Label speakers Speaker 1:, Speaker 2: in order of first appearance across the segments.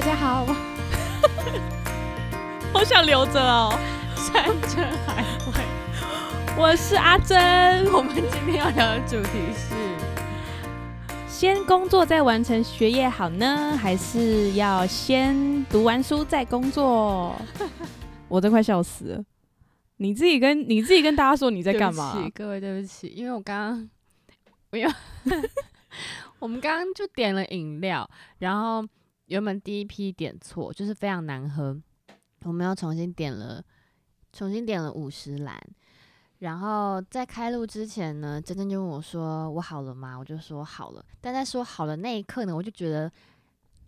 Speaker 1: 家 好，我
Speaker 2: 我想留着哦。
Speaker 1: 山珍海味。
Speaker 2: 我是阿珍，
Speaker 1: 我们今天要聊的主题是
Speaker 2: 先工作再完成学业好呢，还是要先读完书再工作？ 我都快笑死了。你自己跟你自己跟大家说你在干
Speaker 1: 对
Speaker 2: 嘛
Speaker 1: 不起？各位，对不起，因为我刚刚，我有， 我们刚刚就点了饮料，然后原本第一批点错，就是非常难喝，我们又重新点了，重新点了五十兰。然后在开录之前呢，珍珍就问我说：“我好了吗？”我就说好了。但在说好了那一刻呢，我就觉得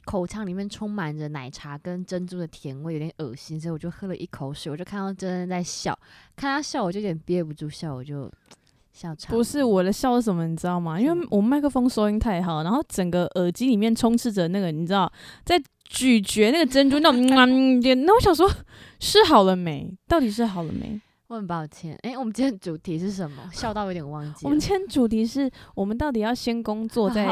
Speaker 1: 口腔里面充满着奶茶跟珍珠的甜味，有点恶心，所以我就喝了一口水。我就看到珍珍在笑，看她笑，我就有点憋不住笑，我就笑场。
Speaker 2: 不是我的笑是什么，你知道吗？因
Speaker 1: 什
Speaker 2: 为
Speaker 1: 么
Speaker 2: 我麦克风收音太好，然后整个耳机里面充斥着那个，你知道，在咀嚼那个珍珠那 种嗯，嗯那我想说，是好了没？到底是好了没？
Speaker 1: 我很抱歉。哎、我们今天的主题是什么？笑到有点忘记
Speaker 2: 我
Speaker 1: 了。
Speaker 2: 们今天主题是我们到底要先工作 再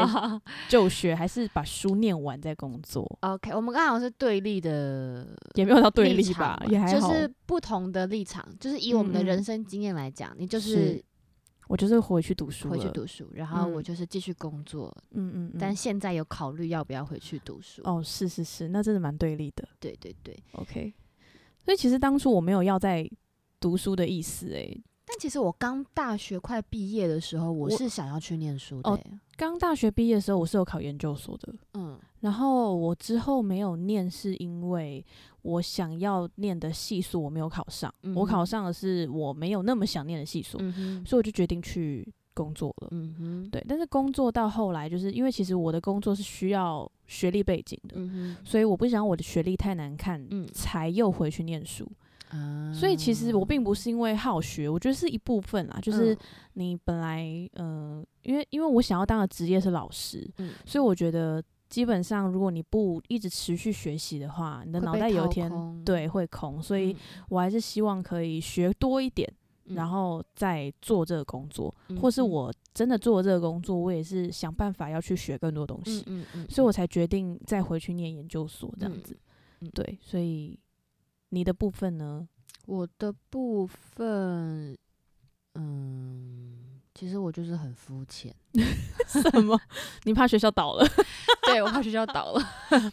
Speaker 2: 就学，还是把书念完再工作？
Speaker 1: OK，我们刚好是对立的
Speaker 2: 也没有到对
Speaker 1: 哦立
Speaker 2: 立吧
Speaker 1: 场嘛，
Speaker 2: 也还
Speaker 1: 就
Speaker 2: 好。
Speaker 1: 是不同的立场，就是以我们的
Speaker 2: 嗯嗯
Speaker 1: 人生经验来讲，你就是是
Speaker 2: 我就是回去读书了。
Speaker 1: 回去读书，然后我
Speaker 2: 嗯
Speaker 1: 就是继续工作，
Speaker 2: 嗯嗯嗯。
Speaker 1: 但现在有考虑要不要回去读书。
Speaker 2: 哦，是是是，那真的蛮对立的。
Speaker 1: 对对对，
Speaker 2: OK，所以其实当初我没有要再读书的意思、欸，
Speaker 1: 但其实我刚大学快毕业的时候，我
Speaker 2: 我
Speaker 1: 是想要去念书的
Speaker 2: 哦
Speaker 1: 欸。
Speaker 2: 刚大学毕业的时候，我是有考研究所的。
Speaker 1: 嗯，
Speaker 2: 然后我之后没有念，是因为我想要念的系数我没有考上，
Speaker 1: 嗯哼
Speaker 2: 我考上的是我没有那么想念的系数，
Speaker 1: 嗯哼，
Speaker 2: 所以我就决定去工作了。
Speaker 1: 嗯哼，
Speaker 2: 对，但是工作到后来，就是因为其实我的工作是需要学历背景的，
Speaker 1: 嗯
Speaker 2: 所以我不想我的学历太难看，
Speaker 1: 嗯
Speaker 2: 才又回去念书。
Speaker 1: 哼，啊
Speaker 2: 嗯所以其实我并不是因为好学，我觉得是一部分啦，就是
Speaker 1: 嗯
Speaker 2: 你本来嗯、呃因为因为我想要当的职业是老师，
Speaker 1: 嗯
Speaker 2: 所以我觉得基本上如果你不一直持续学习的话，你的
Speaker 1: 会
Speaker 2: 脑
Speaker 1: 被
Speaker 2: 袋有一
Speaker 1: 掏
Speaker 2: 天
Speaker 1: 空
Speaker 2: 对会空，所以
Speaker 1: 嗯
Speaker 2: 我还是希望可以学多一点，
Speaker 1: 嗯
Speaker 2: 然后再做这个工作，或是
Speaker 1: 嗯嗯
Speaker 2: 我真的做了这个工作，我也是想办法要去学更多东西，
Speaker 1: 嗯嗯嗯，
Speaker 2: 所以我
Speaker 1: 我
Speaker 2: 才决定再回去念研究所这样
Speaker 1: 嗯
Speaker 2: 子。
Speaker 1: 嗯
Speaker 2: 对，所以你的部分呢？
Speaker 1: 我的部分，嗯，其实我就是很肤 浅，
Speaker 2: 什么？你怕学校倒了？
Speaker 1: 对我怕学校倒了，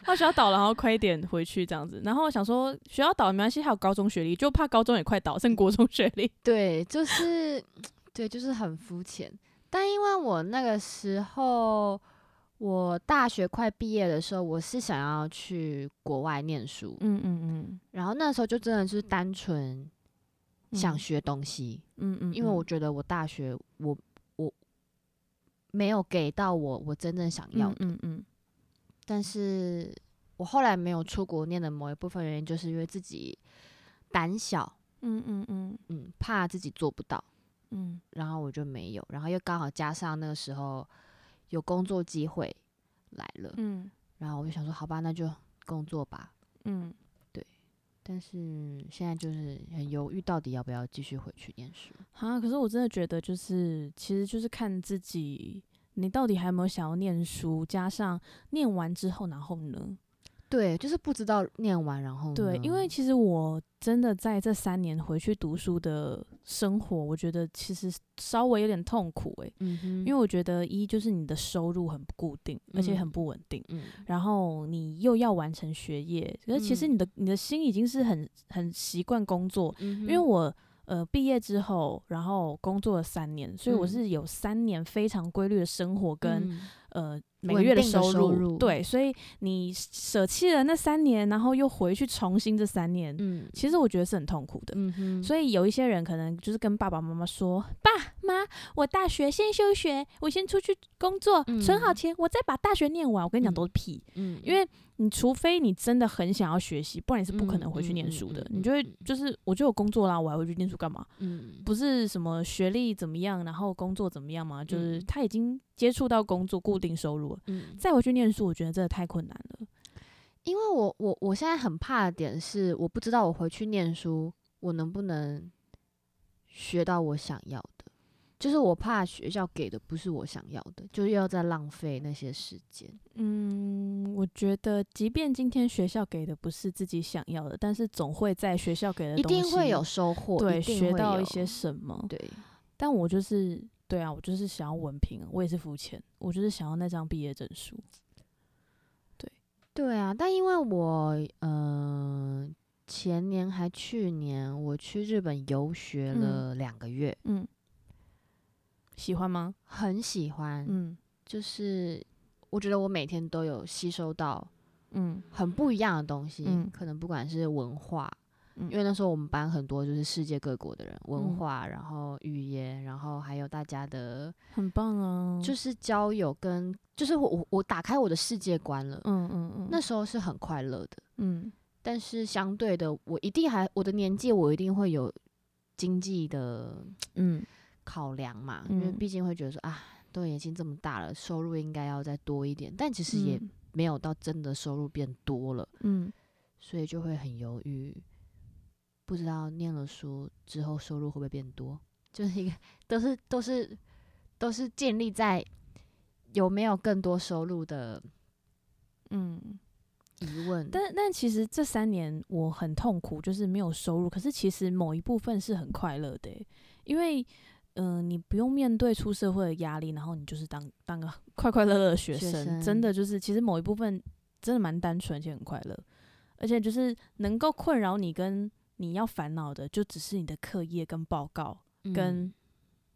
Speaker 2: 怕学校倒了，然后快一点回去这样子。然后我想说，学校倒没关系，还有高中学历，就怕高中也快倒，剩国中学历。
Speaker 1: 对，就是对，就是很肤浅。但因为我那个时候，我大学快毕业的时候，我是想要去国外念书，
Speaker 2: 嗯嗯
Speaker 1: 然后那时候就真的是单纯想，学东西，
Speaker 2: 嗯嗯
Speaker 1: 因为我觉得我大学我我没有给到我我真正想要的。
Speaker 2: 嗯嗯
Speaker 1: 但是我后来没有出国念的某一部分原因，就是因为自己胆小，
Speaker 2: 嗯嗯嗯
Speaker 1: 嗯，怕自己做不到，
Speaker 2: 嗯
Speaker 1: 然后我就没有，然后又刚好加上那个时候有工作机会来了，
Speaker 2: 嗯
Speaker 1: 然后我就想说，好吧，那就工作吧。
Speaker 2: 嗯，
Speaker 1: 但是现在就是很犹豫，到底要不要继续回去念书？
Speaker 2: 啊！可是我真的觉得，就是其实就是看自己，你到底还有没有想要念书，加上念完之后，然后呢？
Speaker 1: 对，就是不知道念完然后
Speaker 2: 对，因为
Speaker 1: 呢
Speaker 2: 其实我真的在这三年回去读书的生活，我觉得其实稍微有点痛苦诶、
Speaker 1: 嗯哼，
Speaker 2: 因为我觉得一就是你的收入很不固定，而且
Speaker 1: 嗯
Speaker 2: 很不稳定，
Speaker 1: 嗯
Speaker 2: 然后你又要完成学业，可是其实你的、你的心已经是很很习惯工作，
Speaker 1: 嗯
Speaker 2: 因
Speaker 1: 哼，
Speaker 2: 为我。呃，毕业之后，然后工作了三年，所以我
Speaker 1: 嗯
Speaker 2: 是有三年非常规律的生活跟、
Speaker 1: 嗯
Speaker 2: 呃每个
Speaker 1: 稳
Speaker 2: 月的
Speaker 1: 定的
Speaker 2: 收入，
Speaker 1: 收入
Speaker 2: 对，所以你舍弃了那三年，然后又回去重新这三年，
Speaker 1: 嗯
Speaker 2: 其实我觉得是很痛苦的。
Speaker 1: 嗯哼，
Speaker 2: 所以有一些人可能就是跟爸爸妈妈说：“爸妈，我大学先休学，我先出去工作，
Speaker 1: 嗯
Speaker 2: 存好钱，我再把大学念完。”我跟你讲
Speaker 1: 嗯
Speaker 2: 都是屁，
Speaker 1: 嗯
Speaker 2: 因为你除非你真的很想要学习，不然你是不可
Speaker 1: 嗯
Speaker 2: 能回去
Speaker 1: 嗯
Speaker 2: 念
Speaker 1: 嗯
Speaker 2: 书的。
Speaker 1: 嗯
Speaker 2: 你就会
Speaker 1: 嗯嗯
Speaker 2: 就是我就有工作啦，我还回去念书干嘛？
Speaker 1: 嗯
Speaker 2: 不是什么学历怎么样，然后工作怎么样嘛，就是
Speaker 1: 嗯
Speaker 2: 他已经接触到工作固定收入了，
Speaker 1: 嗯
Speaker 2: 再回去念书，我觉得真的太困难了。
Speaker 1: 因为我我我现在很怕的点是，我不知道我回去念书，我能不能学到我想要的。就是我怕学校给的不是我想要的，就是又要再浪费那些时间。
Speaker 2: 嗯，我我觉得，即便今天学校给的不是自己想要的，但是总会在学校给的
Speaker 1: 一
Speaker 2: 东西
Speaker 1: 定会有收获，
Speaker 2: 对
Speaker 1: 一定
Speaker 2: 学
Speaker 1: 会
Speaker 2: 到一
Speaker 1: 有
Speaker 2: 些什么。
Speaker 1: 对，
Speaker 2: 但我就是对啊，我就是想要文凭，我也是肤浅，我就是想要那张毕业证书。
Speaker 1: 对啊，但因为我呃前年还去年我去日本游学
Speaker 2: 嗯
Speaker 1: 了两个月，
Speaker 2: 嗯，喜欢吗？
Speaker 1: 很喜欢，
Speaker 2: 嗯
Speaker 1: 就是我觉得我每天都有吸收到
Speaker 2: 嗯
Speaker 1: 很不一样的东西，
Speaker 2: 嗯
Speaker 1: 可能不管是文化。
Speaker 2: 嗯
Speaker 1: 因为那时候我们班很多就是世界各国的人，文
Speaker 2: 嗯
Speaker 1: 化，然后语言，然后还有大家的，
Speaker 2: 很棒啊！
Speaker 1: 就是交友跟，就是我我我打开我的世界观了，
Speaker 2: 嗯嗯嗯，
Speaker 1: 那时候是很快乐的。
Speaker 2: 嗯
Speaker 1: 但是相对的，我一定还我的年纪，我一定会有经济的
Speaker 2: 嗯
Speaker 1: 考量嘛，
Speaker 2: 嗯
Speaker 1: 因为毕竟会觉得说啊，都已经这么大了，收入应该要再多一点，但其实也没有到真的收入变多了，
Speaker 2: 嗯
Speaker 1: 所以就会很犹豫，不知道念了书之后收入会不会变多，就是一个都是都是都是建立在有没有更多收入的
Speaker 2: 嗯，
Speaker 1: 疑问，
Speaker 2: 但但其实这三年我很痛苦，就是没有收入。可是其实某一部分是很快乐的欸，因为嗯、呃你不用面对出社会的压力，然后你就是当当个快快乐乐的学
Speaker 1: 学
Speaker 2: 生，
Speaker 1: 生
Speaker 2: 真的就是其实某一部分真的蛮单纯且很快乐，而且就是能够困扰你跟你要烦恼的，就只是你的课业跟报告，
Speaker 1: 嗯
Speaker 2: 跟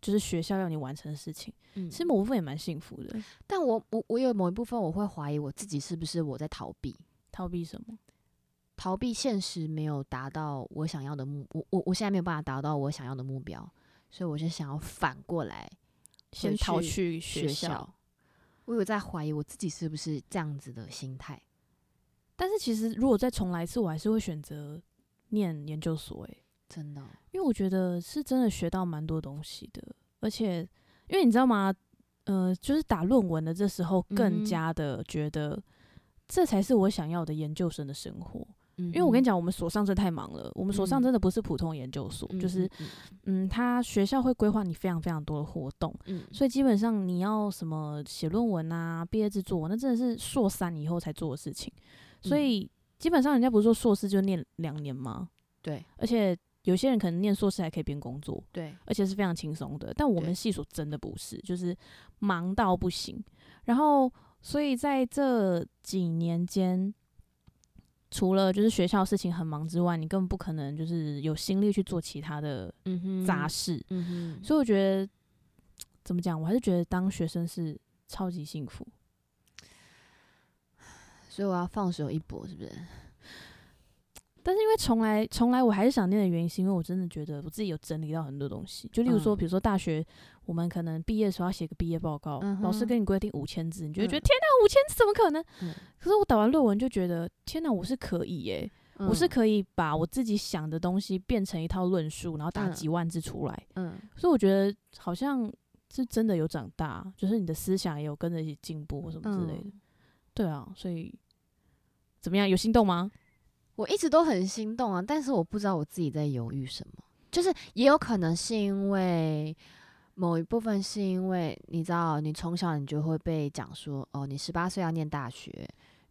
Speaker 2: 就是学校要你完成的事情。
Speaker 1: 嗯
Speaker 2: 其实某部分也蛮幸福的，
Speaker 1: 但我我我有某一部分我会怀疑我自己是不是我在逃避，
Speaker 2: 逃避什么？
Speaker 1: 逃避现实没有达到我想要的目，我我我现在没有办法达到我想要的目标，所以我就想要反过来
Speaker 2: 先
Speaker 1: 回
Speaker 2: 逃去
Speaker 1: 去学
Speaker 2: 学校。
Speaker 1: 我有在怀疑我自己是不是这样子的心态，
Speaker 2: 但是其实如果再重来一次，我还是会选择念研究所、欸，
Speaker 1: 真的
Speaker 2: 因为我觉得是真的学到蛮多东西的，而且因为你知道吗？呃，就是打论文的这时候，
Speaker 1: 嗯哼
Speaker 2: 更加的觉得这才是我想要的研究生的生活。
Speaker 1: 因
Speaker 2: 因为我跟你讲，我们所上真的太忙了，我们所上
Speaker 1: 嗯
Speaker 2: 真的不是普通研究所，就是嗯，他学校会规划你非常非常多的活动，
Speaker 1: 嗯，
Speaker 2: 所以基本上你要什么写论文啊、毕业制作，那真的是硕三以后才做的事情。所
Speaker 1: 嗯
Speaker 2: 以基本上人家不是说硕士就念两年吗？
Speaker 1: 对
Speaker 2: 而且有些人可能念硕士还可以边工作，
Speaker 1: 对，
Speaker 2: 而且是非常轻松的。但我
Speaker 1: 对
Speaker 2: 们系所真的不是，就是忙到不行。然后，所以在这几年间，除了就是学校事情很忙之外，你根本不可能就是有心力去做其他的
Speaker 1: 嗯哼
Speaker 2: 杂，事。
Speaker 1: 嗯哼，
Speaker 2: 所以我觉得怎么讲，我还是觉得当学生是超级幸福。
Speaker 1: 所以我要放手一搏，是不是？
Speaker 2: 但是因为重来重来，我还是想念的原因，是因为我真的觉得我自己有整理到很多东西。就例如说，
Speaker 1: 嗯
Speaker 2: 比如说大学，我们可能毕业的时候要写个毕业报告，
Speaker 1: 嗯哼
Speaker 2: 老师跟你规定五千字，你就会觉得、
Speaker 1: 嗯
Speaker 2: 天哪，五千字怎么可能？
Speaker 1: 嗯
Speaker 2: 可是我打完论文就觉得天哪，我是可以耶、我是
Speaker 1: 嗯
Speaker 2: 可以把我自己想的东西变成一套论述，然后打
Speaker 1: 嗯
Speaker 2: 几万字出来。
Speaker 1: 嗯
Speaker 2: 所以我觉得好像是真的有长大，就是你的思想也有跟着一起进步或什么之类的。
Speaker 1: 嗯
Speaker 2: 对啊，所以怎么样？有心动吗？
Speaker 1: 我一直都很心动啊，但是我不知道我自己在犹豫什么。就是也有可能是因为某一部分是因为你知道，你从小你就会被讲说，哦，你十八岁要念大学，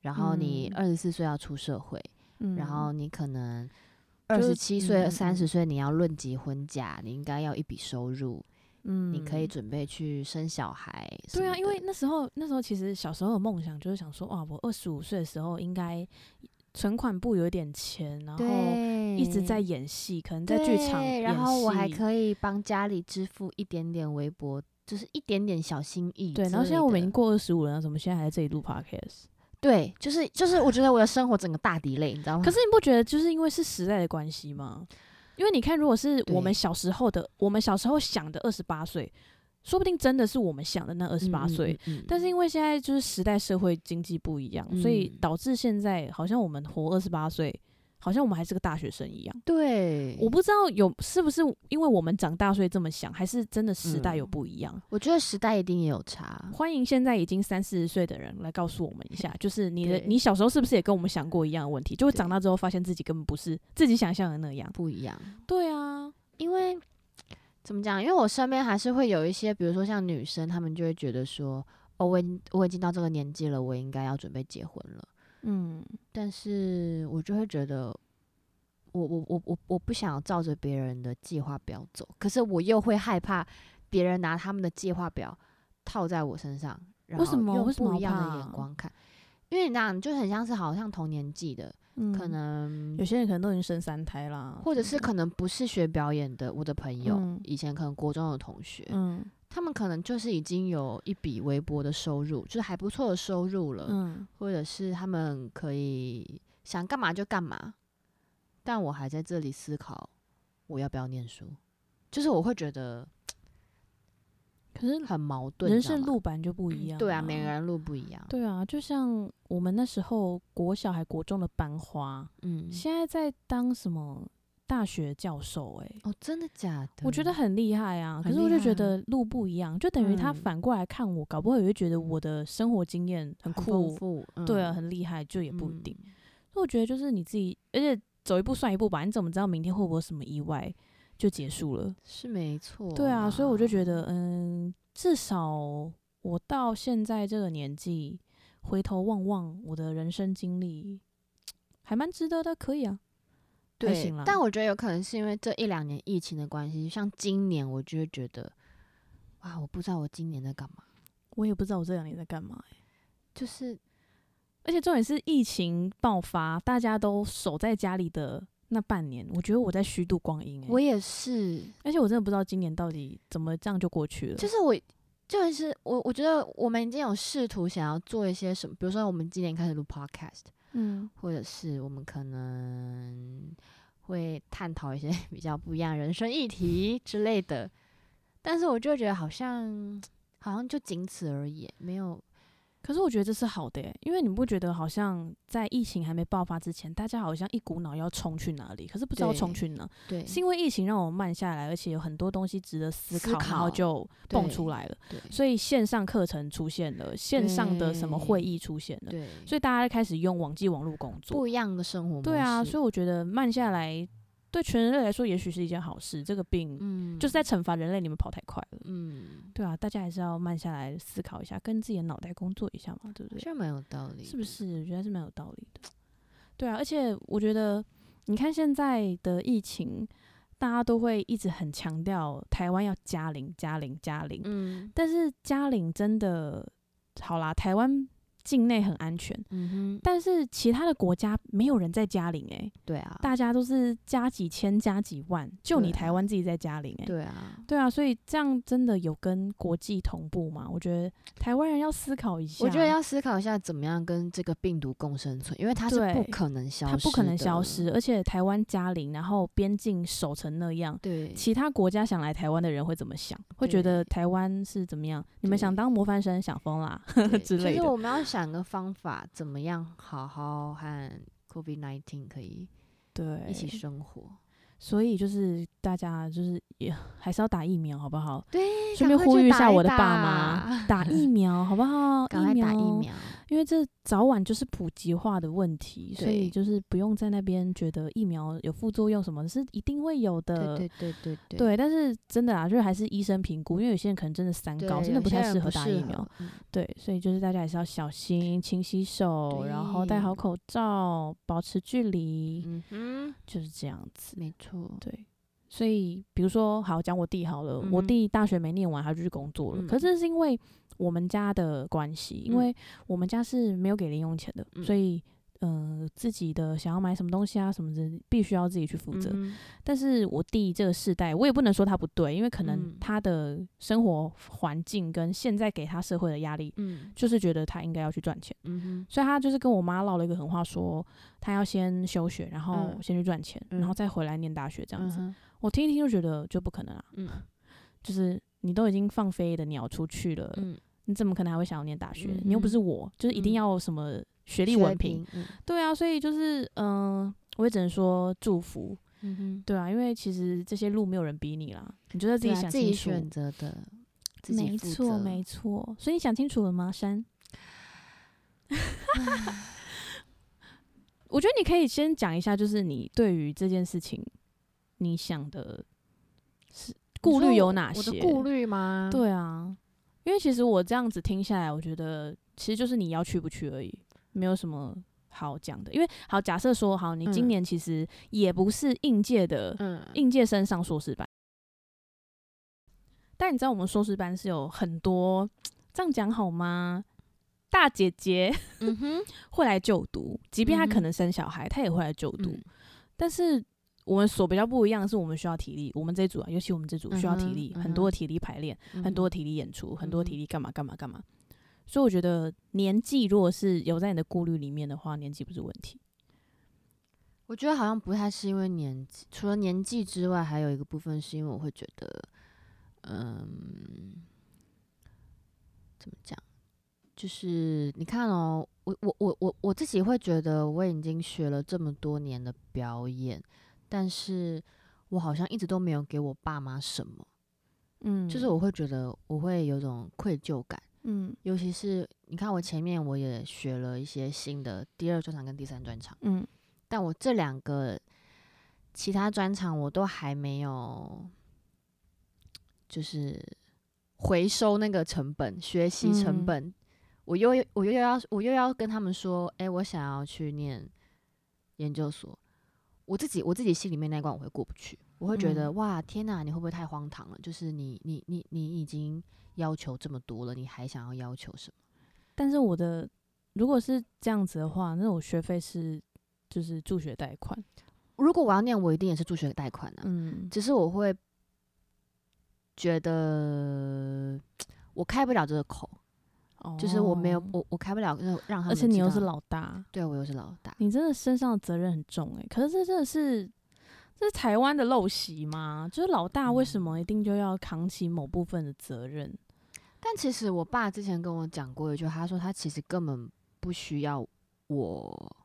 Speaker 1: 然后你二十四岁要出社会，
Speaker 2: 嗯
Speaker 1: 然后你可能二
Speaker 2: 就
Speaker 1: 十
Speaker 2: 是
Speaker 1: 七岁、
Speaker 2: 嗯
Speaker 1: 三十岁你要论及婚嫁，你应该要一笔收入，
Speaker 2: 嗯
Speaker 1: 你可以准备去生小孩什么
Speaker 2: 对
Speaker 1: 的。
Speaker 2: 啊，因为那时候那时候其实小时候的梦想就是想说，哇，我二十五岁的时候应该存款部有一点钱，然后
Speaker 1: 对
Speaker 2: 一直在演戏，可能在剧场
Speaker 1: 对
Speaker 2: 演戏，
Speaker 1: 然后我还可以帮家里支付一点点微薄，就是一点点小心意之
Speaker 2: 对。
Speaker 1: 类的。
Speaker 2: 然后现在我们已经过二十五了，然后怎么现在还在这里录 podcast？
Speaker 1: 对，就是就是，我觉得我的生活整个大底类，你知道吗？
Speaker 2: 可是你不觉得就是因为是时代的关系吗？因为你看，如果是我
Speaker 1: 对
Speaker 2: 们小时候的，我们小时候想的二十八岁，说不定真的是我们想的那二十八岁。
Speaker 1: 嗯，嗯嗯嗯
Speaker 2: 但是因为现在就是时代、社会、经济不一样，所以
Speaker 1: 嗯
Speaker 2: 导致现在好像我们活二十八岁，好像我们还是个大学生一样。
Speaker 1: 对，
Speaker 2: 我不知道有是不是因为我们长大所以这么想，还是真的时代有
Speaker 1: 嗯
Speaker 2: 不一样。
Speaker 1: 我觉得时代一定也有差。
Speaker 2: 欢迎现在已经三四十岁的人来告诉我们一下，就是你的
Speaker 1: 对
Speaker 2: 你小时候是不是也跟我们想过一样的问题？就会
Speaker 1: 对
Speaker 2: 长大之后发现自己根本不是自己想象的那样。
Speaker 1: 不一样，
Speaker 2: 对啊，
Speaker 1: 因为怎么讲？因为我身边还是会有一些，比如说像女生，她们就会觉得说，哦，我已经我已经到这个年纪了，我应该要准备结婚了。
Speaker 2: 嗯，
Speaker 1: 但是我就会觉得，我我我我我不想照着别人的计划表走，可是我又会害怕别人拿他们的计划表套在我身上，然
Speaker 2: 为什
Speaker 1: 后
Speaker 2: 么
Speaker 1: 用
Speaker 2: 为什么
Speaker 1: 不一样
Speaker 2: 怕啊
Speaker 1: 的眼光看。因为你那就很像是好像同年纪的，可
Speaker 2: 嗯
Speaker 1: 能
Speaker 2: 有些人可能都已经生三胎啦，
Speaker 1: 或者
Speaker 2: 什
Speaker 1: 是
Speaker 2: 么的
Speaker 1: 可能不是学表演的，我的朋友、
Speaker 2: 嗯
Speaker 1: 以前可能国中的同学，
Speaker 2: 嗯
Speaker 1: 他们可能就是已经有一笔微薄的收入，就是还不错的收入了，
Speaker 2: 嗯，
Speaker 1: 或者是他们可以想干嘛就干嘛，但我还在这里思考我要不要念书，就是我会觉得
Speaker 2: 可是
Speaker 1: 很矛盾，
Speaker 2: 人
Speaker 1: 你知道
Speaker 2: 生
Speaker 1: 吗
Speaker 2: 路版就不一样，
Speaker 1: 对啊，每个。人路不一样，
Speaker 2: 对啊，就像我们那时候国小还国中的班花，
Speaker 1: 嗯，
Speaker 2: 现在在当什么大学教授、欸？
Speaker 1: 哦，真的假的？
Speaker 2: 我觉得很厉害啊。可
Speaker 1: 很
Speaker 2: 是我
Speaker 1: 厉
Speaker 2: 就
Speaker 1: 害
Speaker 2: 觉
Speaker 1: 啊
Speaker 2: 得路不一样，就等于他
Speaker 1: 嗯
Speaker 2: 反过来看我，搞不好也会觉得我的生活经验很
Speaker 1: 丰
Speaker 2: 酷，
Speaker 1: 富，嗯
Speaker 2: 对啊，很厉害，就也不一定。，
Speaker 1: 嗯
Speaker 2: 所以我觉得就是你自己，而且走一步算一步吧，你怎么知道明天会不会有什么意外就结束了？
Speaker 1: 是没错啦，
Speaker 2: 对啊，所以我就觉得，嗯，至少我到现在这个年纪，回头望望我的人生经历，还蛮值得的，可以啊。还
Speaker 1: 对
Speaker 2: 行啦，
Speaker 1: 但我觉得有可能是因为这一两年疫情的关系，像今年我就会觉得，哇，我不知道我今年在干嘛，
Speaker 2: 我也不知道我这两年在干嘛欸、
Speaker 1: 就是
Speaker 2: 而且重点是疫情爆发，大家都守在家里的那半年，我觉得我在虚度光阴、欸。
Speaker 1: 我也是，
Speaker 2: 而且我真的不知道今年到底怎么这样就过去了。
Speaker 1: 就是我，就是我，我觉得我们已经有试图想要做一些什么，比如说我们今年开始录 podcast，
Speaker 2: 嗯，
Speaker 1: 或者是我们可能会探讨一些 比较不一样的人生议题之类的。但是我就觉得好像好像就仅此而已，没有
Speaker 2: 可是我觉得这是好的、欸，因为你不觉得好像在疫情还没爆发之前，大家好像一股脑要冲去哪里，可是不知道
Speaker 1: 对
Speaker 2: 冲去哪。
Speaker 1: 对
Speaker 2: 是因为疫情让我们慢下来，而且有很多东西值得思考，
Speaker 1: 思考
Speaker 2: 然后就蹦
Speaker 1: 对
Speaker 2: 出来了。
Speaker 1: 对
Speaker 2: 所以线上课程出现了，线上的什么会议出现了，
Speaker 1: 嗯对，
Speaker 2: 所以大家开始用网际网络工作。
Speaker 1: 不一样的生活模式。
Speaker 2: 对啊，所以我觉得慢下来对全人类来说也许是一件好事。这个病、
Speaker 1: 嗯，
Speaker 2: 就是在惩罚人类，你们跑太快了。
Speaker 1: 嗯，
Speaker 2: 对啊，大家还是要慢下来思考一下，跟自己的脑袋工作一下嘛，对不
Speaker 1: 好
Speaker 2: 对？
Speaker 1: 像蛮有道理，
Speaker 2: 是不？是？我觉得还是蛮有道理的。对啊，而且我觉得，你看现在的疫情，大家都会一直很强调台湾要加零、加零、加零，
Speaker 1: 嗯
Speaker 2: 但是加零真的好啦，台湾境内很安全。
Speaker 1: 嗯哼，
Speaker 2: 但是其他的国家没有人在加零诶、欸
Speaker 1: 对啊，
Speaker 2: 大家都是加几千、加几万，就你
Speaker 1: 对啊
Speaker 2: 台湾自己在加零诶、
Speaker 1: 对啊，
Speaker 2: 对啊，所以这样真的有跟国际同步吗？我觉得台湾人要思考一下，
Speaker 1: 我觉得要思考一下怎么样跟这个病毒共生存，因为它是
Speaker 2: 对
Speaker 1: 不可能消失，
Speaker 2: 它不可能消。失，而且台湾加零，然后边境守成那样，
Speaker 1: 对，
Speaker 2: 其他国家想来台湾的人会怎么想？会觉得
Speaker 1: 对
Speaker 2: 台湾是怎么样？你们
Speaker 1: 对
Speaker 2: 想当模范生，想疯啦
Speaker 1: 对
Speaker 2: 之类
Speaker 1: 就是
Speaker 2: 的。
Speaker 1: 我们要想个方法，怎么样好好和 COVID nineteen 可以
Speaker 2: 对，
Speaker 1: 一起生活。
Speaker 2: 所以就是大家就是也还是要打疫苗，好不好？
Speaker 1: 对，
Speaker 2: 顺便
Speaker 1: 赶快
Speaker 2: 呼
Speaker 1: 去
Speaker 2: 吁一下
Speaker 1: 打
Speaker 2: 我的
Speaker 1: 打
Speaker 2: 爸 妈，打疫苗，好不好？
Speaker 1: 赶快打疫，苗。
Speaker 2: 因为这早晚就是普及化的问题，所以
Speaker 1: 对
Speaker 2: 就是不用在那边觉得疫苗有副作用什么的，是一定会有的。
Speaker 1: 对对对对对
Speaker 2: 对，但是真的啊，就是还是医生评估，因为有些人可能真的三
Speaker 1: 对
Speaker 2: 高，真的
Speaker 1: 有
Speaker 2: 不
Speaker 1: 些
Speaker 2: 太
Speaker 1: 人
Speaker 2: 适合打疫苗。。
Speaker 1: 嗯
Speaker 2: 对，所以就是大家还是要小心，勤洗手，然后戴好
Speaker 1: 对
Speaker 2: 口罩，保持距离，
Speaker 1: 嗯哼，
Speaker 2: 就是这样子。
Speaker 1: 没错。
Speaker 2: 对，所以比如说，好讲我弟好了，我
Speaker 1: 嗯哼
Speaker 2: 弟大学没念完，他就去工作了。可是
Speaker 1: 嗯
Speaker 2: 这是因为我们家的关系，因
Speaker 1: 嗯
Speaker 2: 为我们家是没有给零用钱的，
Speaker 1: 嗯
Speaker 2: 所以。呃，自己的想要买什么东西啊，什么的，必须要自己去负责。
Speaker 1: 嗯哼
Speaker 2: 但是我弟这个世代，我也不能说他不对，因为可能
Speaker 1: 嗯
Speaker 2: 他的生活环境跟现在给他社会的压力，
Speaker 1: 嗯
Speaker 2: 就是觉得他应该要去赚钱，
Speaker 1: 嗯哼，
Speaker 2: 所以他就是跟我妈唠了一个狠话说，他要先休学，然后
Speaker 1: 嗯
Speaker 2: 先去赚钱，
Speaker 1: 嗯
Speaker 2: 然后再回来念大学这样
Speaker 1: 嗯
Speaker 2: 子。
Speaker 1: 哼
Speaker 2: 我听一听就觉得就不可能啊，
Speaker 1: 嗯
Speaker 2: 就是你都已经放飞的鸟出去了，
Speaker 1: 嗯，
Speaker 2: 你怎么可能还会想要念大学？
Speaker 1: 嗯
Speaker 2: 你又不是我，就是一定
Speaker 1: 嗯
Speaker 2: 要什么学历
Speaker 1: 学
Speaker 2: 文凭。
Speaker 1: 嗯，
Speaker 2: 对啊，所以就是嗯、我也只能说祝福，
Speaker 1: 嗯哼，
Speaker 2: 对啊，因为其实这些路没有人逼你啦，你就在自
Speaker 1: 对
Speaker 2: 己
Speaker 1: 啊
Speaker 2: 想
Speaker 1: 自
Speaker 2: 清
Speaker 1: 己
Speaker 2: 楚。
Speaker 1: 选择的，自己
Speaker 2: 没
Speaker 1: 负
Speaker 2: 错，
Speaker 1: 责
Speaker 2: 没错。所以你想清楚了吗，珊？ 我觉得你可以先讲一下，就是你对于这件事情，你想的是
Speaker 1: 你
Speaker 2: 顾
Speaker 1: 说
Speaker 2: 虑有
Speaker 1: 我
Speaker 2: 哪
Speaker 1: 我的
Speaker 2: 些？
Speaker 1: 顾虑吗？，
Speaker 2: 对啊，因因为其实我这样子听下来，我觉得其实就是你要去不去而已，没有什么好讲的。因为好，假设说好，你今
Speaker 1: 嗯
Speaker 2: 年其实也不是应届的、
Speaker 1: 嗯，
Speaker 2: 应届生上硕士班，但你知道我们硕士班是有很多这样讲好吗？大姐姐
Speaker 1: 嗯哼，
Speaker 2: 会来就读，即便她
Speaker 1: 嗯哼
Speaker 2: 可能生小孩，她也会来就读。
Speaker 1: 嗯
Speaker 2: 但是我们所比较不一样的是，我们需要体力，我们这一组啊，尤其我们这组需要体力，
Speaker 1: 嗯哼嗯
Speaker 2: 很多的体力排练，很多的体力演出，很多的体力干嘛干嘛干嘛。所以我觉得年纪如果是有在你的顾虑里面的话，年纪不是问题。
Speaker 1: 我觉得好像不太是因为年纪，除了年纪之外，还有一个部分是因为我会觉得，嗯，怎么讲？就是你看哦，我我我我我自己会觉得我已经学了这么多年的表演，但是我好像一直都没有给我爸妈什么，
Speaker 2: 嗯
Speaker 1: 就是我会觉得我会有种愧疚感。
Speaker 2: 嗯
Speaker 1: 尤其是你看，我前面我也学了一些新的第二专场跟第三专场。
Speaker 2: 嗯
Speaker 1: 但我这两个其他专场我都还没有，就是回收那个成本、学习
Speaker 2: 嗯
Speaker 1: 成本。我又我又要我又要跟他们说，哎、我想要去念研究所。我自己我自己心里面那一关我会过不去，我会觉得、
Speaker 2: 嗯
Speaker 1: 哇天哪，你会不会太荒唐了？就是你你你你已经要求这么多了，你还想要要求什么？
Speaker 2: 但是我的如果是这样子的话，那我学费是就是助学贷款，
Speaker 1: 如果我要念，我一定也是助学贷款啊。
Speaker 2: 嗯
Speaker 1: 只是我会觉得我开不了这个口，就是我没有
Speaker 2: 哦
Speaker 1: 我我开不了让让他们
Speaker 2: 而且你
Speaker 1: 知
Speaker 2: 又
Speaker 1: 道
Speaker 2: 是老大，
Speaker 1: 对我又是老大，
Speaker 2: 你真的身上的责任很重哎、可是这真的是，这是台湾的陋习吗？就是老大为什
Speaker 1: 嗯
Speaker 2: 么一定就要扛起某部分的责任？
Speaker 1: 但其实我爸之前跟我讲过一句，他说他其实根本不需要我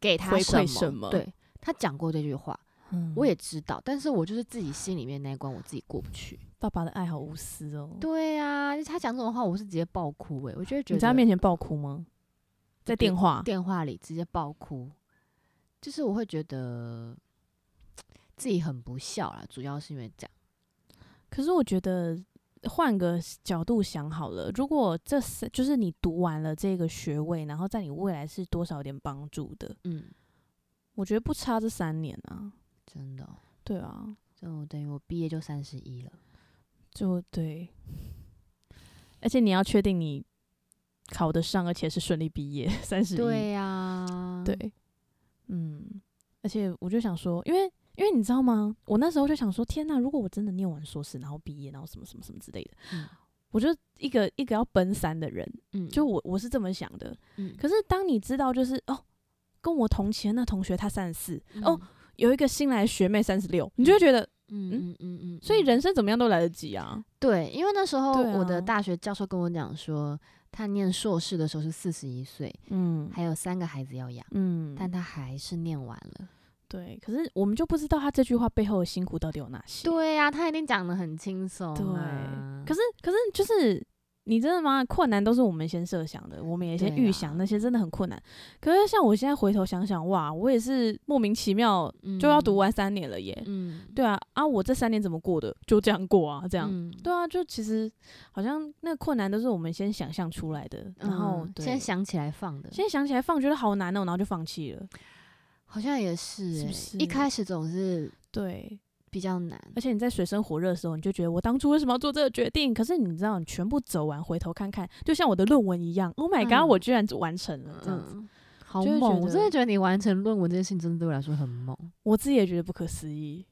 Speaker 1: 给他
Speaker 2: 回
Speaker 1: 什
Speaker 2: 馈
Speaker 1: 么，
Speaker 2: 什么
Speaker 1: 对他讲过这句话，
Speaker 2: 嗯
Speaker 1: 我也知道，但是我就是自己心里面那一关我自己过不去。
Speaker 2: 爸爸的爱好无私哦。
Speaker 1: 对啊，他讲这种话我是直接爆哭诶、欸我就会觉
Speaker 2: 你
Speaker 1: 得
Speaker 2: 在他面前爆哭吗？在电话？
Speaker 1: 电话里直接爆哭，就是我会觉得自己很不孝啦，主要是因为这样。
Speaker 2: 可是我觉得换个角度想好了，如果这是就是你读完了这个学位，然后在你未来是多少有点帮助的，
Speaker 1: 嗯，
Speaker 2: 我觉得不差这三年啊。
Speaker 1: 真的哦、
Speaker 2: 对啊，
Speaker 1: 就等于我毕业就三十一了。
Speaker 2: 就对，而且你要确定你考得上，而且是顺利毕业，三十一。
Speaker 1: 对啊呀、
Speaker 2: 对，嗯，而且我就想说，因为因为你知道吗？我那时候就想说，天呐，如果我真的念完硕士，然后毕业，然后什么什么什么之类的，
Speaker 1: 嗯
Speaker 2: 我就一个一个要奔三的人，
Speaker 1: 嗯，
Speaker 2: 就我我是这么想的。
Speaker 1: 嗯
Speaker 2: 可是当你知道，就是哦，跟我同期的那同学他三十四，哦，有一个新来的学妹三十六，你就会觉得，
Speaker 1: 嗯嗯嗯嗯，
Speaker 2: 所以
Speaker 1: 嗯
Speaker 2: 人生怎么样都来得及啊。
Speaker 1: 对，因为那时候
Speaker 2: 对啊
Speaker 1: 我的大学教授跟我讲说，他念硕士的时候是四十一岁，
Speaker 2: 嗯
Speaker 1: 还有三个孩子要养，
Speaker 2: 嗯，
Speaker 1: 但他还是念完了。
Speaker 2: 对，可是我们就不知道他这句话背后的辛苦到底有哪些。
Speaker 1: 对呀、他一定讲的很轻松、
Speaker 2: 对
Speaker 1: 啊。
Speaker 2: 可是可是就是你真的吗？困难都是我们先设想的，我们也先
Speaker 1: 对啊
Speaker 2: 预想那些真的很困难。可是像我现在回头想想，哇，我也是莫名其妙
Speaker 1: 是
Speaker 2: 就要读，完三年了耶。
Speaker 1: 嗯，
Speaker 2: 对啊，啊，我这三年怎么过的？就这样过啊，这样。
Speaker 1: 嗯
Speaker 2: 对啊，就其实好像那个困难都是我们先想象出来的，然后、
Speaker 1: 嗯
Speaker 2: 对
Speaker 1: 现在想起来放的，
Speaker 2: 现在想起来放觉得好难哦、然后就放弃了。
Speaker 1: 好像也是、欸，
Speaker 2: 是不是
Speaker 1: 一开始总是
Speaker 2: 对，
Speaker 1: 比较难，
Speaker 2: 而且你在水深火热的时候，你就觉得我当初为什么要做这个决定？可是你知道，你全部走完，回头看看，就像我的论文一样，Oh my god，、
Speaker 1: 嗯
Speaker 2: 我居然完成了这样子，
Speaker 1: 嗯，好
Speaker 2: 就会觉
Speaker 1: 猛！我真
Speaker 2: 得嗯
Speaker 1: 的觉得你完成论文这件事情真的对我来说很猛，
Speaker 2: 我自己也觉得不可思议。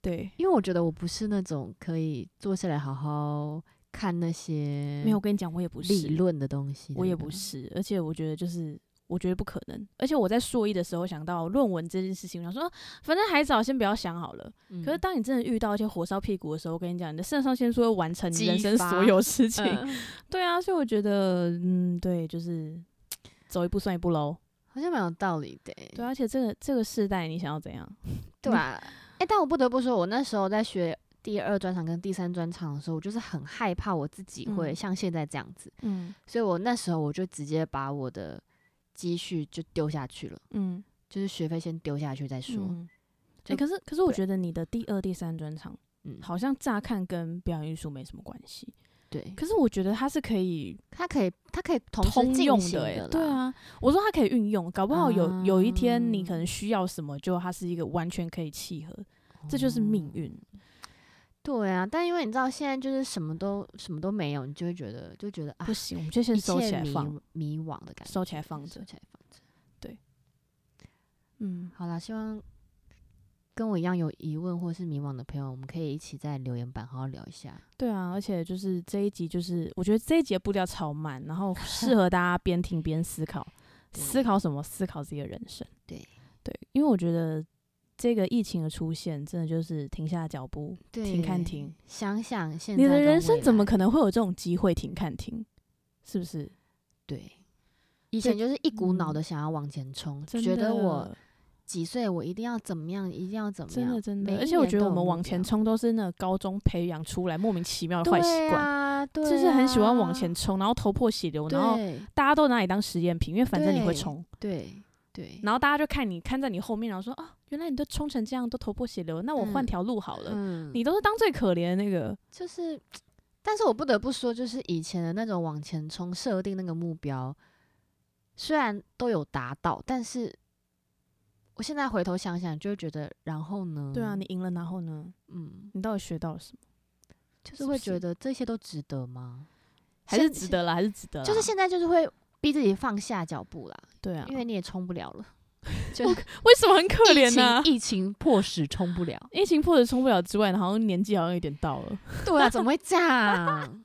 Speaker 2: 对，
Speaker 1: 因为我觉得我不是那种可以坐下来好好看那些
Speaker 2: 没有，我跟你讲，我也不是，
Speaker 1: 理论的东西的人，
Speaker 2: 我也不是，而且我觉得就是。我觉得不可能，而且我在硕一的时候想到论文这件事情，我想说，啊反正还早，先不要想好了。
Speaker 1: 嗯。
Speaker 2: 可是当你真的遇到一些火烧屁股的时候，我跟你讲，你的肾上腺素会完成你
Speaker 1: 激
Speaker 2: 人生
Speaker 1: 发
Speaker 2: 所有事情。
Speaker 1: 嗯
Speaker 2: 对啊，所以我觉得，嗯，对，就是走一步算一步喽。
Speaker 1: 好像蛮有道理的欸、
Speaker 2: 对，而啊且这个这个世代，你想要怎样？
Speaker 1: 对啊，哎、但我不得不说，我那时候在学第二专场跟第三专场的时候，我就是很害怕我自己会
Speaker 2: 嗯
Speaker 1: 像现在这样子，
Speaker 2: 嗯
Speaker 1: 所以我那时候我就直接把我的积蓄就丢下去了。
Speaker 2: 嗯，
Speaker 1: 就是学费先丢下去再说。
Speaker 2: 嗯
Speaker 1: 哦就
Speaker 2: 诶可是可是我
Speaker 1: 对
Speaker 2: 觉得你的第二、第三专场
Speaker 1: 嗯，
Speaker 2: 好像乍看跟表演艺术没什么关系，
Speaker 1: 对，
Speaker 2: 可是我觉得它是可以
Speaker 1: 它可以它可以同时
Speaker 2: 通
Speaker 1: 进
Speaker 2: 用
Speaker 1: 行
Speaker 2: 的、欸，
Speaker 1: 的
Speaker 2: 对
Speaker 1: 啦，
Speaker 2: 啊，我说它可以运用，搞不好有、
Speaker 1: 啊
Speaker 2: 有一天你可能需要什么，就它是一个完全可以契合，这就是命
Speaker 1: 哦
Speaker 2: 运。
Speaker 1: 对啊，但因为你知道现在就是什么都什么都没有，你就会觉得就觉得啊
Speaker 2: 不，行，我们就先
Speaker 1: 一
Speaker 2: 收起
Speaker 1: 切
Speaker 2: 来
Speaker 1: 迷
Speaker 2: 放，
Speaker 1: 迷惘的感觉，
Speaker 2: 收起来放着
Speaker 1: 收。起来放着。
Speaker 2: 嗯，
Speaker 1: 好啦，希望跟我一样有疑问或是迷惘的朋友，我们可以一起在留言板好好聊一下。
Speaker 2: 对啊，而且就是这一集，就是我觉得这一集的步调超慢，然后适合大家边听边思考，
Speaker 1: 对
Speaker 2: 思考什么？思考自己的人生。
Speaker 1: 对
Speaker 2: 对，因为我觉得这个疫情的出现，真的就是停下脚步，
Speaker 1: 对
Speaker 2: 停看停。
Speaker 1: 想想现在
Speaker 2: 你的
Speaker 1: 跟
Speaker 2: 人
Speaker 1: 未
Speaker 2: 生怎么
Speaker 1: 来
Speaker 2: 可能会有这种机会停看停？是不是？
Speaker 1: 对？以
Speaker 2: 对
Speaker 1: 前就是一股脑
Speaker 2: 嗯
Speaker 1: 的想要往前冲，
Speaker 2: 真
Speaker 1: 觉得我
Speaker 2: 的
Speaker 1: 几岁我一定要怎么样，一定要怎么
Speaker 2: 真
Speaker 1: 样，
Speaker 2: 的真的，
Speaker 1: 每一
Speaker 2: 而且我
Speaker 1: 年
Speaker 2: 觉得
Speaker 1: 都
Speaker 2: 我
Speaker 1: 有
Speaker 2: 们
Speaker 1: 目
Speaker 2: 往前
Speaker 1: 标
Speaker 2: 冲都是那个高中培养出来莫名其妙的坏习
Speaker 1: 对
Speaker 2: 惯，
Speaker 1: 啊，对
Speaker 2: 就是很喜欢往
Speaker 1: 啊
Speaker 2: 前冲，然后头破血流，然后
Speaker 1: 对
Speaker 2: 大家都拿你当实验品，因为反正你会
Speaker 1: 对
Speaker 2: 冲。
Speaker 1: 对对，
Speaker 2: 然后大家就看你看在你后面，然后说啊，原来你都冲成这样，都头破血流，那我换
Speaker 1: 嗯
Speaker 2: 条路好了。
Speaker 1: 嗯，
Speaker 2: 你都是当最可怜的那个，
Speaker 1: 就是，但是我不得不说，就是以前的那种往前冲设定那个目标，虽然都有达到，但是我现在回头想想，就会觉得，然后呢？
Speaker 2: 对啊，你赢了，然后呢？
Speaker 1: 嗯，
Speaker 2: 你到底学到了什么？
Speaker 1: 就是
Speaker 2: 是
Speaker 1: 会
Speaker 2: 不
Speaker 1: 觉
Speaker 2: 是
Speaker 1: 得这些都值得吗？
Speaker 2: 还是
Speaker 1: 现
Speaker 2: 值，得啦，还是值得啦。
Speaker 1: 现就是现在就是会逼自己放下脚步啦，
Speaker 2: 对啊，
Speaker 1: 因为你也冲不了 了，就是
Speaker 2: 为什么很可
Speaker 1: 疫
Speaker 2: 怜啊呢、
Speaker 1: 情疫情迫使冲 不了，
Speaker 2: 疫情迫使冲不了之外，然后年纪好像有点到了。
Speaker 1: 对啊，怎么会这样？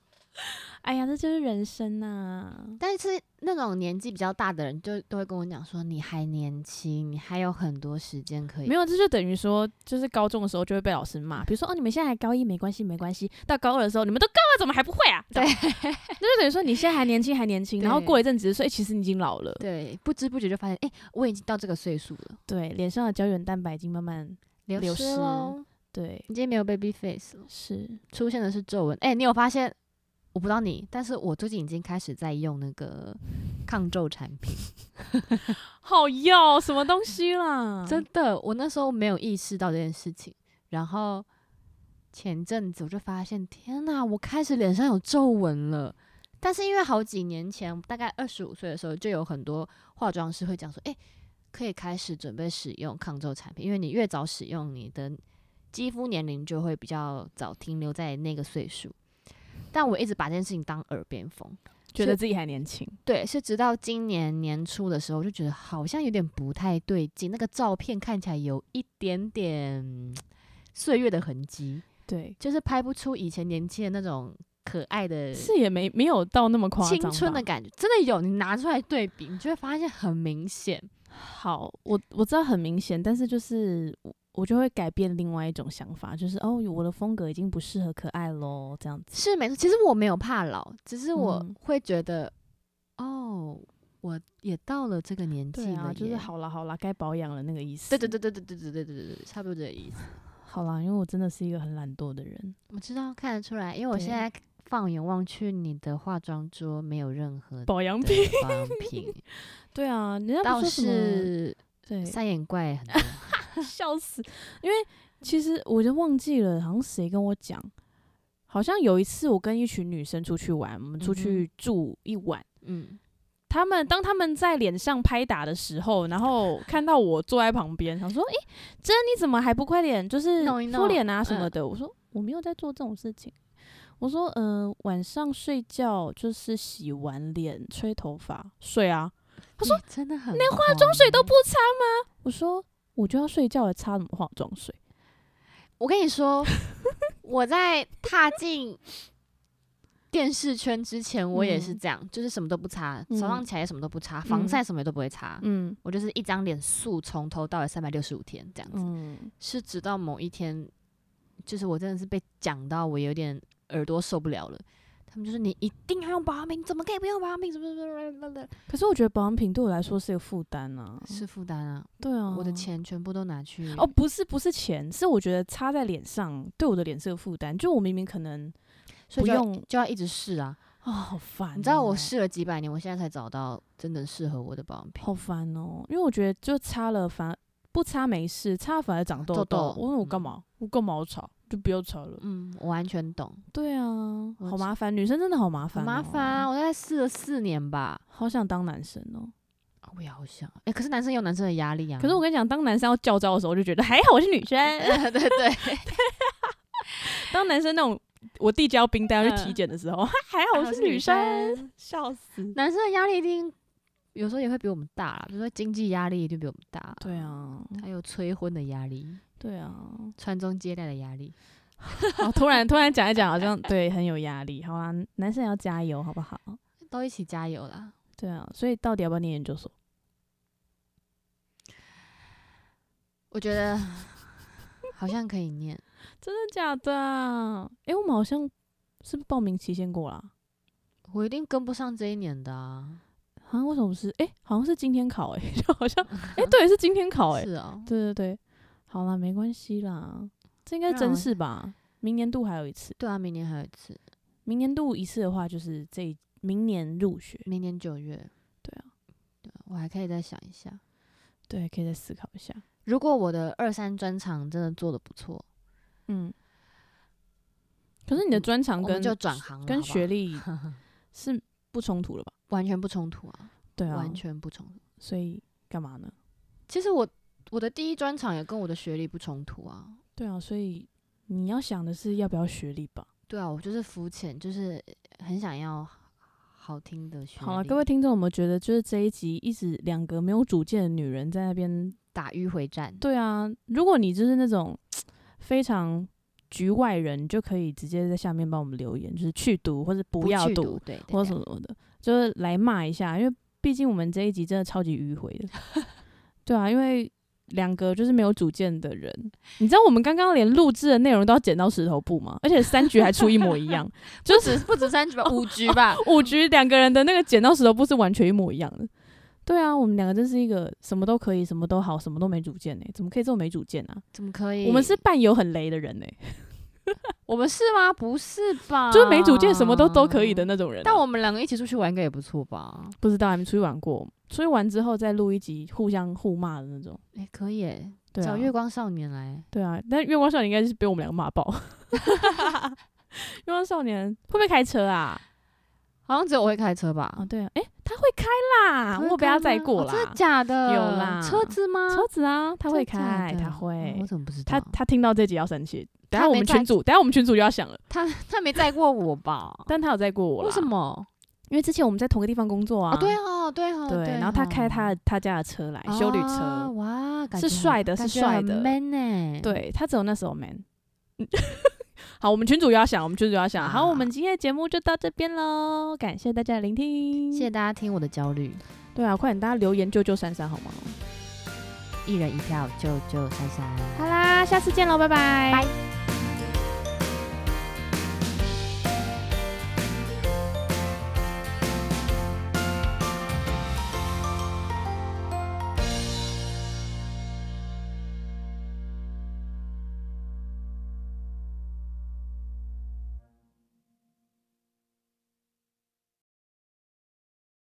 Speaker 2: 哎呀，这就是人生啊呐、
Speaker 1: 但是那种年纪比较大的人就都会跟我讲说，你还年轻，你还有很多时间可以。
Speaker 2: 没有，这就等于说，就是高中的时候就会被老师骂，比如说哦，你们现在还高一没关系，没关系。到高二的时候，你们都高二怎么还不会啊？
Speaker 1: 对
Speaker 2: 这样， 那就等于说你现在还年轻，还年轻，然后
Speaker 1: 对
Speaker 2: 过一阵子说，哎、其实你已经老了。
Speaker 1: 对，不知不觉就发现，哎、我已经到这个岁数了，
Speaker 2: 对，脸上的胶原蛋白已经慢慢
Speaker 1: 流
Speaker 2: 流
Speaker 1: 失
Speaker 2: 失
Speaker 1: 喽，
Speaker 2: 对，
Speaker 1: 你今天没有 baby face 了，
Speaker 2: 是
Speaker 1: 出现的是皱纹。哎、你有发现？我不知道你，但是我最近已经开始在用那个抗皱产品，
Speaker 2: 好药什么东西啦？
Speaker 1: 真的，我那时候没有意识到这件事情，然后前阵子我就发现，天哪，我开始脸上有皱纹了。但是因为好几年前，大概二十五岁的时候，就有很多化妆师会讲说，诶，可以开始准备使用抗皱产品，因为你越早使用，你的肌肤年龄就会比较早停留在那个岁数。但我一直把这件事情当耳边风，
Speaker 2: 觉得自己还年轻，
Speaker 1: 对，是直到今年年初的时候，我就觉得好像有点不太对劲，那个照片看起来有一点点嗯岁月的痕迹，
Speaker 2: 对，
Speaker 1: 就是拍不出以前年轻的那种可爱的
Speaker 2: 是也没没有到那么夸张吧。
Speaker 1: 青春的感觉，真的有。你拿出来对比，你就会发现很明显。
Speaker 2: 好，我我知道很明显，但是就是我我就会改变另外一种想法，就是哦，我的风格已经不适合可爱喽，这样子。
Speaker 1: 是没错，其实我没有怕老，只是我
Speaker 2: 嗯
Speaker 1: 会觉得，哦，我也到了这个年纪
Speaker 2: 对
Speaker 1: 了、
Speaker 2: 啊，就是。好啦好啦，该保养了那个意思。
Speaker 1: 对对，对对对对对对对对，对差不多这个意思。
Speaker 2: 好啦，因为我真的是一个很懒惰的人，
Speaker 1: 我知道，看得出来，因为我现
Speaker 2: 对
Speaker 1: 在放眼望去，你的化妆桌没有任何 的
Speaker 2: 保养品。
Speaker 1: 保养 品，
Speaker 2: 对啊，人家不
Speaker 1: 倒
Speaker 2: 说什么
Speaker 1: 是
Speaker 2: 对
Speaker 1: 三眼怪很多。
Speaker 2: 笑死！因为其实我就忘记了，好像谁跟我讲，好像有一次我跟一群女生出去玩，我们出去住一晚。
Speaker 1: 嗯，
Speaker 2: 她们当她们在脸上拍打的时候，然后看到我坐在旁边，想说：“诶、真你怎么还不快点，就是
Speaker 1: 弄一弄嗯
Speaker 2: 敷脸啊什么的？”我说：“我没有在做这种事情。”我说：“嗯、晚上睡觉就是洗完脸、吹头发、睡啊。”
Speaker 1: 他说真的很，
Speaker 2: 连
Speaker 1: 化妆
Speaker 2: 水都不擦吗？我说：“我就要睡觉了，擦什么化妆水？”
Speaker 1: 我跟你说， 我在踏进电视圈之前，我也是
Speaker 2: 嗯
Speaker 1: 这样，就是什么都不擦，早上
Speaker 2: 嗯
Speaker 1: 起来也什么都不擦，防
Speaker 2: 嗯
Speaker 1: 晒什么也都不会擦。
Speaker 2: 嗯，
Speaker 1: 我就是一张脸素从头到尾三百六十五天这样子，
Speaker 2: 嗯，
Speaker 1: 是直到某一天，就是我真的是被讲到我有点耳朵受不了了。他们就是你一定要用保养品，怎么可以不用保养品？怎么怎么怎么怎么
Speaker 2: 可是我觉得保养品对我来说是一个负担啊。
Speaker 1: 是负担啊！
Speaker 2: 对啊，
Speaker 1: 我的钱全部都拿去
Speaker 2: 哦，不是不是钱，是我觉得擦在脸上对我的脸是个负担。就我明明可能
Speaker 1: 所以
Speaker 2: 不
Speaker 1: 就要
Speaker 2: 用
Speaker 1: 就要一直试啊！
Speaker 2: 啊、好烦哦、
Speaker 1: 你知道我试了几百年，我现在才找到真的适合我的保养品。
Speaker 2: 好烦哦、因为我觉得就擦了反而不擦没事，擦了反而长痘
Speaker 1: 痘痘
Speaker 2: 我说我
Speaker 1: 嗯
Speaker 2: 干嘛？我干嘛要擦？就不要吵了。
Speaker 1: 嗯，我完全懂，
Speaker 2: 对啊，
Speaker 1: 我
Speaker 2: 好麻烦，女生真的好麻烦、哦
Speaker 1: 很麻烦啊！，我大概试了四年吧，
Speaker 2: 好想当男生哦、
Speaker 1: 啊我也好想，哎、可是男生有男生的压力啊。
Speaker 2: 可是 我跟你讲，当男生要叫招的时候，我就觉得还好我是女生。
Speaker 1: 对对对，
Speaker 2: 当男生那种我递交冰单要去
Speaker 1: 嗯
Speaker 2: 体检的时候， 还好我是女生，， 笑死。
Speaker 1: 男生的压力一定有时候也会比我们大啦，比如说经济压力一定比我们大，
Speaker 2: 对，啊，
Speaker 1: 还有催婚的压力、
Speaker 2: 对啊，
Speaker 1: 传宗接代的压力。
Speaker 2: 好，突然突然讲一讲，好像对很有压力。好啊，男生也要加油，好不好？
Speaker 1: 都一起加油啦！
Speaker 2: 对啊，所以到底要不要念研究所？
Speaker 1: 我 觉得好像可以念，
Speaker 2: 真的假的啊？诶、我们好像是不是报名期限过啦？
Speaker 1: 我一定跟不上这一年的啊。
Speaker 2: 好像为什么不是？诶、好像是今天考、诶， 就好 像诶、对，是今天考、诶，
Speaker 1: 是哦，
Speaker 2: 对对对，好啦，没关系啦，这应该是
Speaker 1: 让
Speaker 2: 真
Speaker 1: 我
Speaker 2: 是
Speaker 1: 啊
Speaker 2: 吧？明年度还有一次，
Speaker 1: 对啊，明年还有一次，
Speaker 2: 明年度一次的话就是这一明年入学，
Speaker 1: 明年九月。
Speaker 2: 对啊，
Speaker 1: 对啊，我还可以再想一下。
Speaker 2: 对，可以再思考一下。
Speaker 1: 如果我的二三专场真的做的不错，
Speaker 2: 嗯，可是你的
Speaker 1: 嗯
Speaker 2: 专长
Speaker 1: 我
Speaker 2: 跟
Speaker 1: 们就转行了
Speaker 2: 跟
Speaker 1: 好不好
Speaker 2: 学 历是不冲突了吧？
Speaker 1: 完全不冲突啊，
Speaker 2: 对啊，
Speaker 1: 完全不冲突。
Speaker 2: 所以干嘛呢？
Speaker 1: 其实我我的第一专场也跟我的学历不冲突啊。
Speaker 2: 对啊，所以你要想的是要不要学历吧。
Speaker 1: 对啊，我就是肤浅，就是很想要好听的学历。
Speaker 2: 好了，各位听众，有没有觉得就是这一集一直两个没有主见的女人在那边？
Speaker 1: 打迂回战，
Speaker 2: 对啊，如果你就是那种非常局外人，你就可以直接在下面帮我们留言，就是去读或者不要
Speaker 1: 去
Speaker 2: 读，
Speaker 1: 读，对，对
Speaker 2: 或
Speaker 1: 对
Speaker 2: 什么什么的，就是来骂一下，因为毕竟我们这一集真的超级迂回的。对啊，因为两个就是没有主见的人，你知道我们刚刚连录制的内容都要剪到石头布吗？而且三局还出一模一样，就
Speaker 1: 不
Speaker 2: 是
Speaker 1: 止不止三局吧，五局 吧，
Speaker 2: 五局两个人的那个剪刀石头布是完全一模一样的。对啊，我们两个真是一个什么都可以，什么都好，什么都没主见呢、怎么可以这么没主见啊？
Speaker 1: 怎么可以？
Speaker 2: 我们是伴游很雷的人呢、
Speaker 1: 我们是吗？不是吧？
Speaker 2: 就是没主见，什么都都可以的。那种人啊、
Speaker 1: 啊 但我们两个一起出去玩，应该也不错吧？
Speaker 2: 不知道还没出去玩过，出去玩之后再录一集互相互骂的那种。
Speaker 1: 哎、可以、欸，
Speaker 2: 对啊
Speaker 1: 找，月光少年来。
Speaker 2: 对啊，但月光少年应该是被我们两个骂爆。月光少年会不会开车啊？
Speaker 1: 好像只有我会开车吧？
Speaker 2: 啊，对啊，诶，他啊会开啦，
Speaker 1: 哦他会
Speaker 2: 我被
Speaker 1: 开
Speaker 2: 他载
Speaker 1: 吗
Speaker 2: 过
Speaker 1: 哦
Speaker 2: 啦，
Speaker 1: 真的假的？
Speaker 2: 有啦
Speaker 1: 车子吗？
Speaker 2: 车子啊，他会
Speaker 1: 真的假
Speaker 2: 开，
Speaker 1: 的
Speaker 2: 他
Speaker 1: 哦
Speaker 2: 会
Speaker 1: 我，怎么不知道？
Speaker 2: 他他听到这集要生气。等下
Speaker 1: 他
Speaker 2: 我
Speaker 1: 没
Speaker 2: 们
Speaker 1: 载
Speaker 2: 群主，等下我们群主就要响了，
Speaker 1: 他 他没载过我 吧？
Speaker 2: 但他有载过我啦
Speaker 1: 为什？么？
Speaker 2: 因为之前我们在同个地方工作啊，
Speaker 1: 哦，对哦，对哦，
Speaker 2: 对，然后他开他的他家的车来，修旅
Speaker 1: 啊
Speaker 2: 车，
Speaker 1: 哇，感
Speaker 2: 是
Speaker 1: 觉很
Speaker 2: 帅的是
Speaker 1: 感觉
Speaker 2: 帅
Speaker 1: 很
Speaker 2: 的
Speaker 1: ，man 呢？，
Speaker 2: 对他只有那时候 man。好，我们群主要想，我们群主要想。好，
Speaker 1: 好
Speaker 2: 我们今天的节目就到这边喽，感谢大家的聆听。
Speaker 1: 谢谢大家听我的焦虑，
Speaker 2: 对啊，快点大家留言救救珊珊好吗？
Speaker 1: 一人一票，救救珊珊。
Speaker 2: 好啦，下次见喽，拜拜。
Speaker 1: 拜